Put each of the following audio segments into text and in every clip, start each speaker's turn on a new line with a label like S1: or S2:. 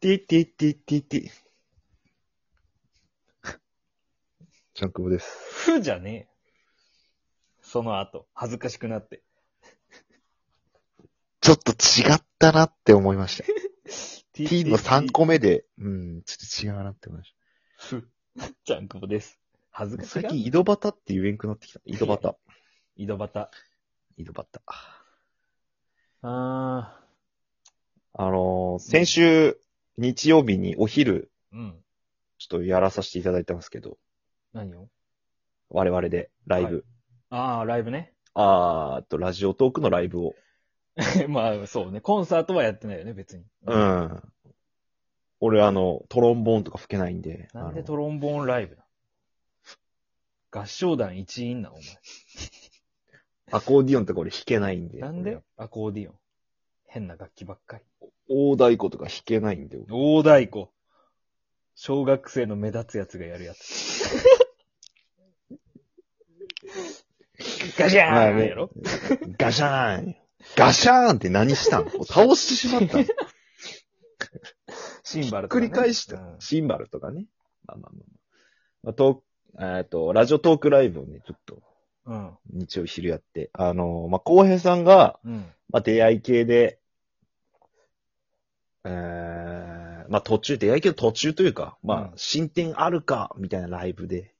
S1: ティティティティティ。
S2: ちゃんくぼです。
S1: ふじゃねえ。その後、恥ずかしくなって。
S2: ちょっと違ったなって思い ました。
S1: テ
S2: t の3。個目で、うん、ちょっと違うなって思いまし
S1: ふ。ちゃんくぼです。恥ず
S2: た。
S1: かし
S2: 最
S1: が
S2: 近、井戸端って言えんくなってきた。井戸端。
S1: 井戸端。
S2: 井戸端。
S1: あ
S2: あのー先週、日曜日にお昼、
S1: ー。うん。
S2: ちょっとやらさせていただいたんですけど、
S1: 何を
S2: 我々でライブ。
S1: あー、ライブね。
S2: あーっと、ラジオトークのライブを、
S1: まあ、そうね。コンサートはやってないよね、別に。
S2: う。ん。俺、あの、トロンボーンとか吹けないんで、
S1: なん
S2: あ
S1: で
S2: の
S1: トロンボーンライブだ合唱団一員な、お前。
S2: アコーディオンとか俺弾けないんで。
S1: なんでアコーディオン。変な楽器ばっかり。
S2: 俺大太鼓とか弾けないんで、俺
S1: 大太鼓。小学生の目立つやつがやるやつ。 ガシャ
S2: まあ
S1: ーン
S2: ね
S1: やろ
S2: ガシャーンガシャーンって何したん 倒してしまったの
S1: シンバルとか、
S2: 繰
S1: ね。
S2: り返した、
S1: うん
S2: シンバルとかね。まあまあまあまあ。まあ、トークえっと、ラジオトークライブをね、ちょっと
S1: うん。
S2: 日曜昼やって、あのー、まあ、浩平さんが、
S1: うん。
S2: まあ、出会い系で、えー、まあ、途中、出会い系の途中というか、まあ
S1: うん、
S2: 進展あるか、みたいなライブで。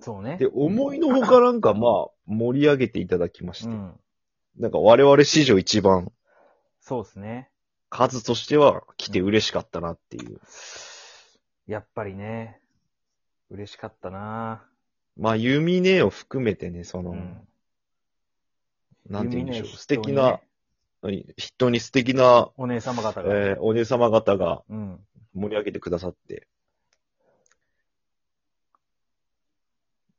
S1: そうね。
S2: で、思いのほかなんか、まあ、盛り上げていただきまし
S1: う
S2: て、
S1: ん。
S2: なんか我々史上一番、
S1: そうですね。
S2: 数としては来て嬉しかったなっていう。
S1: やっぱりね、嬉しかったな
S2: まあ、ユミネを含めてね、その、
S1: うん。
S2: なんて言うんでしょう。
S1: 指
S2: 素
S1: 名筆頭
S2: 敵
S1: にね
S2: な、人に素敵な、
S1: お姉様方が。
S2: えーお姉様方が
S1: うん。
S2: 盛り上げてくださって。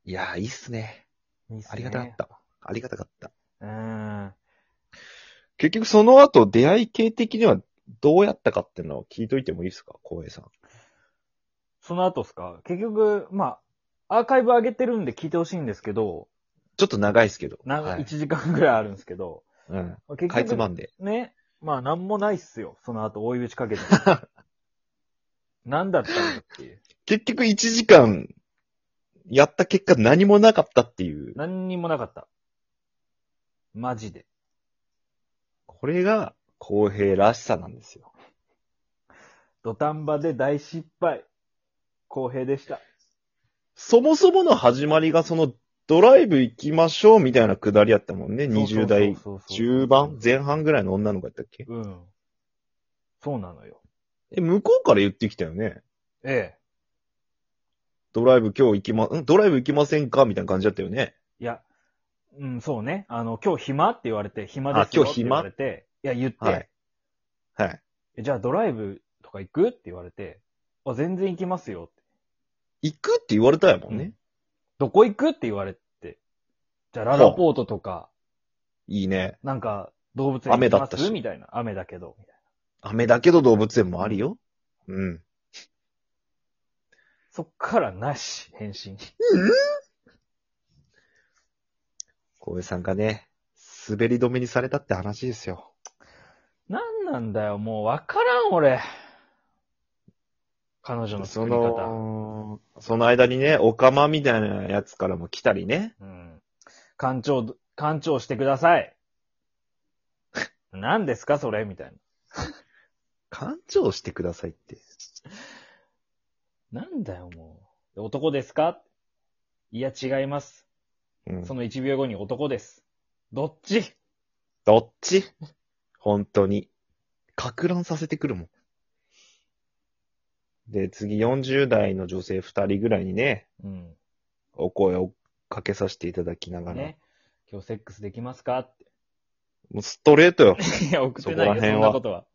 S2: いやー、いいっすね。
S1: いいっすね
S2: ありがたかった。ありがたかった。
S1: うん。
S2: 結局その後、出会い系的にはどうやったかっていうのを聞いといてもいいですか光栄さん。
S1: その後っすか結局、まあ、アーカイブ上げてるんで聞いてほしいんですけど、
S2: ちょっと長いですけど。
S1: な、
S2: はい、
S1: 1時間ぐらいあるんですけど、
S2: うん。
S1: 結
S2: かいつ
S1: 局
S2: まんで。
S1: ね、まあなんもないっすよ。その後追い打ちか けても。なんだったんだっていう。
S2: 結局1時間、やった結果何もなかったっていう。
S1: 何にもなかった。マジで。
S2: これが、公平らしさなんですよ。
S1: 土壇場で大失敗。公平でした。
S2: そもそもの始まりが、その、ドライブ行きましょうみたいなくだりやったもんね。20
S1: そ
S2: 代
S1: うそうそうそう
S2: 中盤前半ぐらいの女の子やったっけ
S1: うん。そうなのよ。
S2: え、向こうから言ってきたよね。
S1: ええ。
S2: ドライブ今日行きま、んドライブ行きませんかみたいな感じだったよね。
S1: いや、うん、そうね。あの、今日暇って言われて、暇ですよ
S2: あ今
S1: っ
S2: 日
S1: て言
S2: 暇
S1: われて、いや、言って、
S2: はい。はい。
S1: えじゃあドライブとか行くって言われて、あ、全然行きますよって。
S2: 行くって言われたやもんね。
S1: どこ行くって言われて、じゃあララポートとか、
S2: いいね。
S1: なんか、動物園行
S2: 雨
S1: き
S2: だ
S1: ま
S2: った
S1: す
S2: し
S1: みたいな。雨だけど。みたいな
S2: 雨だけど動物園もあるよ。うん。
S1: そっからなし、返信。
S2: 浩平さんがね、滑り止めにされたって話ですよ。
S1: なんなんだよ、もうわからん、俺。彼女の
S2: そ
S1: 作り方。
S2: の、その間にね、オカマみたいなやつからも来たりね。
S1: うん。干潮、干潮してください。 何ですか、それみたい
S2: 勘定してくださいって。
S1: な。なんだよ、もう。男ですかいや、違います。
S2: うん
S1: その1秒後に男です。どっち
S2: どっち本当に。か乱させてくるもん。で、次40代の女性2人ぐらいにね、
S1: うん。
S2: お声をかけさせていただきながら、
S1: ね。今日セックスできますかって。
S2: もうストレートよ。
S1: いや、送ってないよ、そ
S2: そこら辺
S1: ん
S2: は
S1: なことは。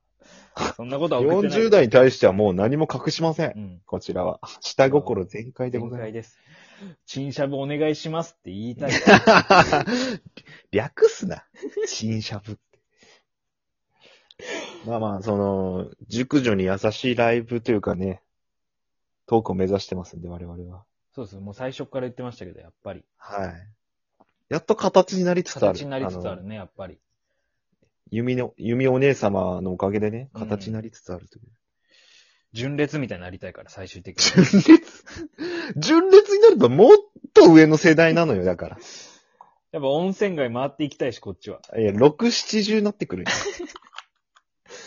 S1: そんなことは送ってない。
S2: 40代に対してはもう何も隠しません。
S1: うん。
S2: こちらは。下心全開でご
S1: 全
S2: ざ
S1: 開
S2: いま
S1: です。チンシャブお願いしますって言いたい。
S2: す。 略すな。新しゃぶって。まあまあ、その、熟女に優しいライブというかね、トークを目指してますんで、我々は。
S1: そうです。もう最初から言ってましたけど、やっぱり。
S2: はい。やっと形になりつつある。
S1: 形になりつつあるね、やっぱり。
S2: 弓の、弓お姉様のおかげでね、
S1: うん
S2: 形になりつつあるという。
S1: 純烈みたいになりたいから、最終的に。
S2: 純烈純烈になるともっと上の世代なのよ、だか
S1: やっぱ温泉街回っていきたいし、こっちは。
S2: ら。いや、6、70になってくる よ。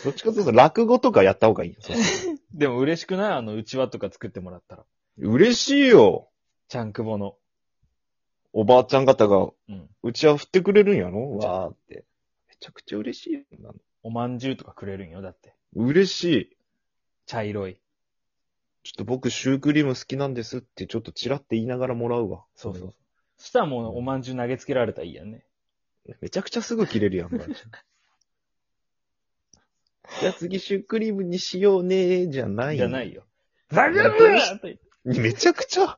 S2: どっちかというと落語とかやった方がいいよ。そうそう
S1: でも嬉しくないあの、うちわとか作ってもらったら。
S2: 嬉しいよ。
S1: ちゃんくぼの。
S2: おばあちゃん方が、
S1: うん。
S2: うちは振ってくれるんやろわーって。めちゃくちゃ嬉しいよな。
S1: おまんじゅうとかくれるんよ、だって。
S2: 嬉しい。
S1: 茶色い。
S2: ちょっと僕、シュークリーム好きなんですって、ちょっとチラって言いながらもらうわ。
S1: そうそう。そしたらもう、おまんじゅう投げつけられたらいいやんね。
S2: めちゃくちゃすぐ切れるやん、ばあちゃんじゃあ次、シュークリームにしようねー、じゃない。
S1: じゃない。よ。
S2: な
S1: 大
S2: ん
S1: 丈
S2: で
S1: 夫だって
S2: めちゃくちゃ、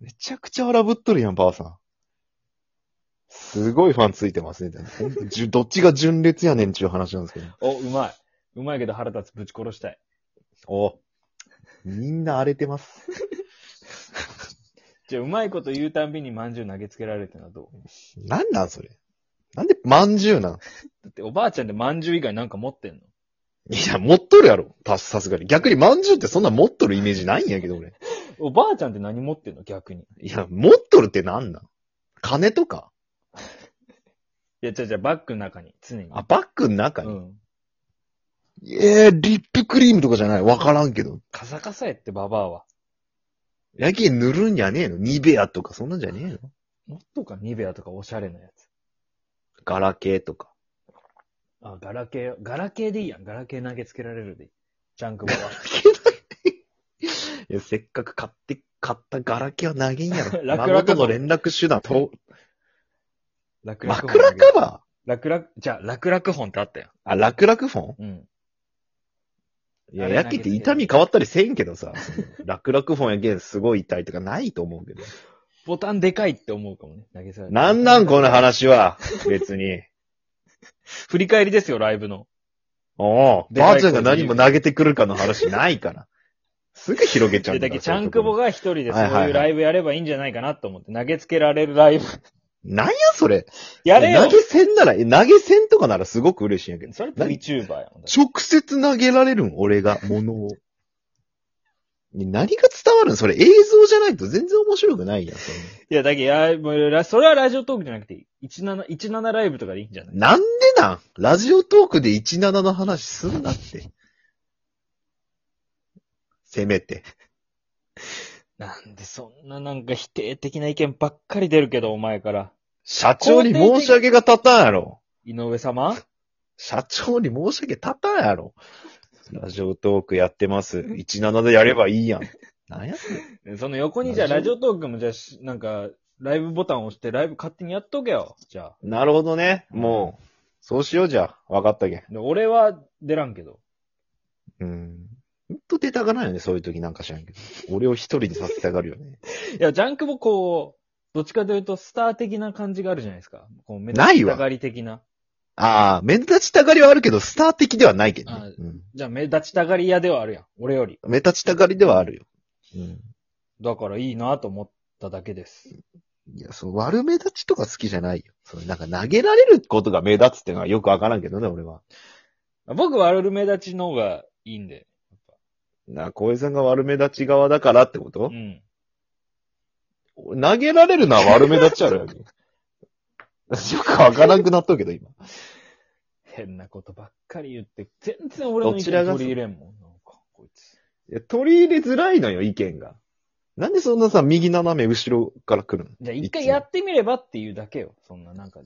S2: めちゃくちゃ荒ぶっとるやん、ばあさん。すごいファンついてますね。ほんとじゅどっちが純烈やねんちゅう話なんですけど。
S1: お、うまい。うまいけど腹立つ、ぶち殺したい。
S2: おみんな荒れてます。
S1: じゃあ、うまいこと言うたんびにまんじゅう投げつけられてるのはどう
S2: なんなん、それ。なんで、まんじゅうなん
S1: だって、おばあちゃんってまんじゅう以外なんか持ってんの
S2: いや、持っとるやろ。たさすがに。逆に、まんじゅうってそんな持っとるイメージないんやけど、俺。
S1: おばあちゃんって何持ってんの逆に。い
S2: いや、持っとるってなんなん金とか
S1: や、じゃじゃバッグの中に、常に。
S2: あ、バッグの中
S1: う
S2: に、
S1: ん。
S2: ええー、リップクリームとかじゃないわからんけど。
S1: カサカサやって、ババアは。
S2: やけに塗るんじゃねえのニベアとかそんなんじゃねえ
S1: も
S2: の
S1: っとか、ニベアとかおしゃれなやつ。
S2: ガラケーとか。
S1: あ、ガラケー、ガラケーでいいやん。ガラケー投げつけられるでいい。ジャンク ボは。
S2: いや、せっかく買って、買ったガラケーは長いんや ろ。
S1: 楽々
S2: 孫との連絡手段。と、
S1: 楽
S2: ラ
S1: 々
S2: クラカバー
S1: 楽々、じゃあ、楽々本ってあったや
S2: あ、ラクラクフォン
S1: ん。うん。
S2: いや、
S1: あれ
S2: やけって痛み変わったりせんけ どさ。ラクラクフォンやけんすごい痛いとかないと思う けど。
S1: ボタンでかいって思うかもね。投げされて
S2: なんなんこの話は。別に。
S1: 振り返りですよ、ライブの。
S2: おお、
S1: でか
S2: ば
S1: い
S2: あちゃんが何も投げてくるかの話ないから。すぐ広げちゃ
S1: で、
S2: うん
S1: だ
S2: だか
S1: け
S2: ら。
S1: ちゃんくぼ
S2: が。
S1: が一人でそう
S2: はいはいはいいう
S1: ライブやればいいんじゃないかなと思って、投げつけられるライブ。
S2: なんやそれ。
S1: やれよ
S2: 投げ銭なら、え投げ銭とかならすごく嬉しいんやけど。
S1: それ VTuber やもん。
S2: 直接投げられるん俺が、物 を。ね何が伝わるんそれ映像じゃないと全然面白くないやん。そんない
S1: や、だけど、いや、もうラそれはラジオトークじゃなくていい、17、17ライブとかでいいんじゃない
S2: なんでなんラジオトークで17の話すんなって。せめて。
S1: なんでそんななんか否定的な意見ばっかり出るけど、お前から。
S2: 社長に申し訳が立たんやろ。
S1: 井上様
S2: 社長に申し訳立たんやろ。ラジオトークやってます。17でやればいいやん。なんやそれ
S1: その横にじゃあラジオトークもじゃあし、なんか、ライブボタンを押してライブ勝手にやっとけよ。じゃあ。
S2: なるほどね。もう、そうしようじゃ。わかったけん。
S1: で俺は出らんけど。
S2: うん。ほんと出たがらないよね、そういう時なんか知らんけど。俺を一人にさせたがるよね。
S1: いや、ジャンクもこう、どっちかというとスター的な感じがあるじゃないですか。こう、目立
S2: ない
S1: ち
S2: わ
S1: たがり的な。
S2: ああ、目立ちたがりはあるけど、スター的ではないけど
S1: あ
S2: ね
S1: ー。
S2: うん
S1: じゃあ目立ちたがり屋ではあるやん。俺より。
S2: 目立ちたがりではあるよ。うん。
S1: だからいいなと思っただけです。
S2: いや、そう、悪目立ちとか好きじゃないよ。それなんか投げられることが目立つっていうのはよくわからんけどね、俺は。
S1: 僕は悪目立ちの方がいいんで。
S2: なあ、小江さんが悪目立ち側だからってこと
S1: う、ん。
S2: 投げられるのは悪目立ちやろ やけんよくわからんくなっとるけど、今。
S1: 変なことばっかり言って、全然俺の意見
S2: どちらが
S1: 取り入れんもん。なんか、こいつ。
S2: いや取り入れづらいのよ、意見が。なんでそんなさ、右斜め後ろから来るの
S1: じゃあ一回やってみればっていうだけよ。そんななんか。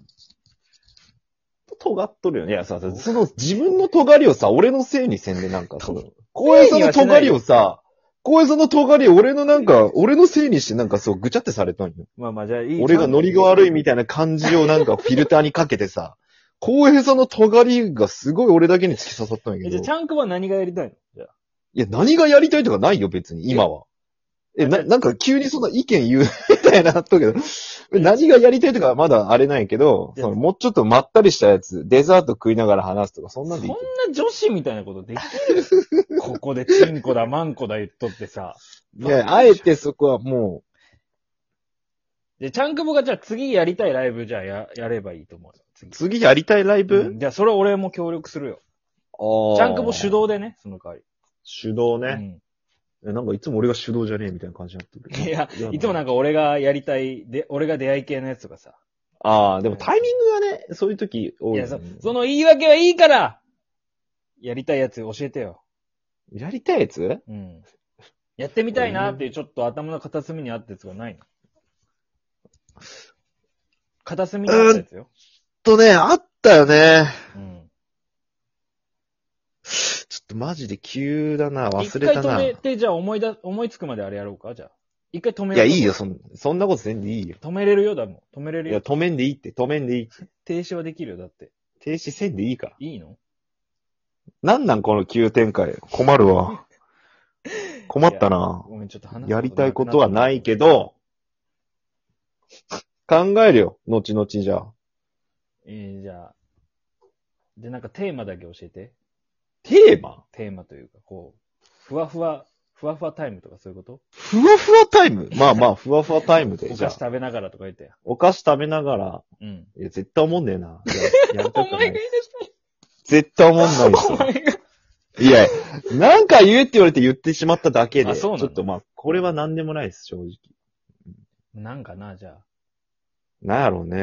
S2: 尖っとるよね。いやさ、さその自分の尖りをさ、俺のせいにせんで、なんかその、光栄さんの尖りをさ、光栄さんの尖りを俺のなんか、俺のせいにしてなんかそう、ぐちゃってされたんよ。
S1: まあまあじゃあいい。
S2: 俺がノリが悪いみ
S1: たい
S2: たいな感じをなんかフィルターにかけてさ、光栄さんの尖りがすごい俺だけに突き刺さったん
S1: じ
S2: やけ
S1: ゃあ
S2: ど
S1: チ。ャンクは何がやりたいのじゃあ。
S2: いや、何がやりたいとかないよ、別に、今は。え、な、なんか急にそんな意見言う みたいな、あったけど、何がやりたいとかはまだあれないけど、
S1: いや
S2: そのもうちょっとまったりしたやつ、デザート食いながら話すとか、そんなんでいいけど
S1: そんな女子みたいなことできる ここでチンコだ、マンコだ言っとってさ。
S2: いや、あえてそこはも
S1: で、チャンクボがじゃあ次やりたいライブじゃあや、やればいいと思うよ。次。
S2: 次やりたいライブ、
S1: うんじゃあ、それ俺も協力するよ。
S2: ああ。
S1: ちゃんくぼ主。導でね、その代わり。
S2: 手動
S1: う
S2: ね、
S1: ん
S2: えなんかいつも俺が手動じゃねえみたいな感じになってるけど。
S1: いや、いつもなん
S2: か。
S1: か俺がやりたい、で、俺が出会い系のやつとかさ。
S2: ああ、でもタイミングがね、そういう時多
S1: い
S2: いよ
S1: や、
S2: ね、
S1: そその言い訳はいいから、やりたいやつ教えてよ。
S2: やりたいやつ
S1: うん。やってみたいなっていう、ちょっと頭の片隅にあったやつがないの。片隅にあったやつよ。
S2: とね、あったよね。
S1: うん。
S2: ちょっとマジで急だな、
S1: 一
S2: 忘れ
S1: 回
S2: た
S1: 止
S2: な。
S1: め
S2: い
S1: て、じゃあ思いだ、思いつくまであれやろうか、じゃあ。一回止めよ
S2: や、
S1: う
S2: いいよ、そん、そんなこと全然いいよ。
S1: 止めれるよ、だもん。止めれ
S2: い
S1: る
S2: や、
S1: よ。
S2: 止めんでいいって、止めんでいい。
S1: 停止はできるよ、だって。
S2: 停止せんでいいから。
S1: いいの
S2: なんなん、この急展開。困るわ。困ったな。
S1: ごめん、ちょっと話す
S2: やりたいことはないけ。ど、考えるよ、後々じゃあ。
S1: えー、じゃあ。で、なんかテーマだけ教えて。
S2: テーマ
S1: テーマというか、こう、ふわふわ、ふわふわタイムとかそういうこと
S2: ふわふわタイムまあまあ、ふわふわタイムで、
S1: お
S2: じゃ
S1: 菓子
S2: あ、
S1: 食べながらとか言って。
S2: お菓子食べながら、
S1: うん。
S2: いや、絶対思んねえな。いややりたくない。
S1: いです
S2: 絶対思ん ないですよ。いや、なんか言えって言われて言ってしまっただけで、
S1: あ
S2: ち
S1: そう
S2: ょ
S1: なの
S2: っとまあ、これは何でもないです、正直。
S1: なんかな、じゃあ。
S2: なんやろうね。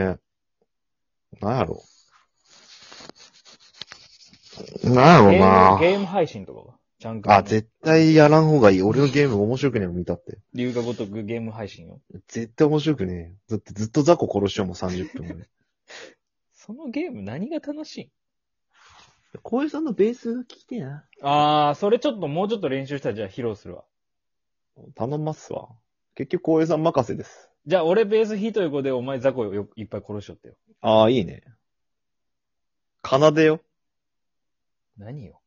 S2: なんやろう。なん
S1: ゲ
S2: やろう
S1: ーム、
S2: な
S1: ゲーム配信とかはちゃんか。
S2: あ、絶対やらん方がいい。俺のゲーム面白くねえもん見たって。
S1: 龍が如くゲーム配信よ。
S2: 絶対面白くねえ。だってずっと雑魚殺しようもん30分も ね。
S1: そのゲーム何が楽しい
S2: こういうさんのベース聞いてな。
S1: あー、それちょっともうちょっと練習したらじゃあ披露するわ。
S2: 頼んますわ。結局、光栄さん任せです。
S1: じゃあ俺ベース弾いと横でお前雑魚よいっぱい殺しとってよ。
S2: ああ、いいね。奏でよ。
S1: 何よ。